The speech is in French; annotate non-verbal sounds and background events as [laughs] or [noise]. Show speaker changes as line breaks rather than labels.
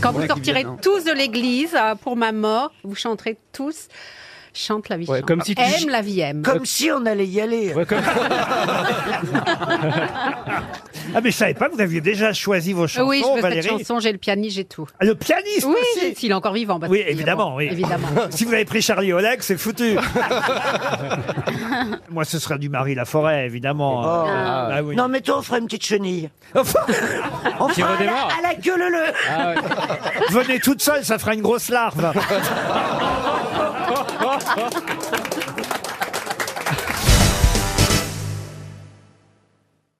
Quand vous
Moi qui
sortirez
viens, non.
tous de l'église euh, pour ma mort, vous chanterez tous Chante la vie,
Ouais,
chante.
comme si tu-
aime la vie, aime.
Comme si on allait y aller.
Ouais, comme-
Ah, mais je savais pas que vous aviez déjà choisi vos chansons,
Euh, oui, je veux
Valérie.
cette chanson, j'ai le pianiste, j'ai tout.
Ah, Le pianiste
Oui,
aussi
j'ai- s'il est encore vivant. parce
Oui,
que,
évidemment, oui.
Évidemment.
[laughs] Si vous avez pris Charlie Oleg,
[laughs]
c'est foutu. Moi, ce sera du Marie Laforêt, évidemment.
Oh.
Ah, bah oui.
Non, mais toi, on fera une petite chenille.
Enfin,
On fera à la,
redémarre.
à la queue le le.
venez toute seule, ça fera une grosse larve.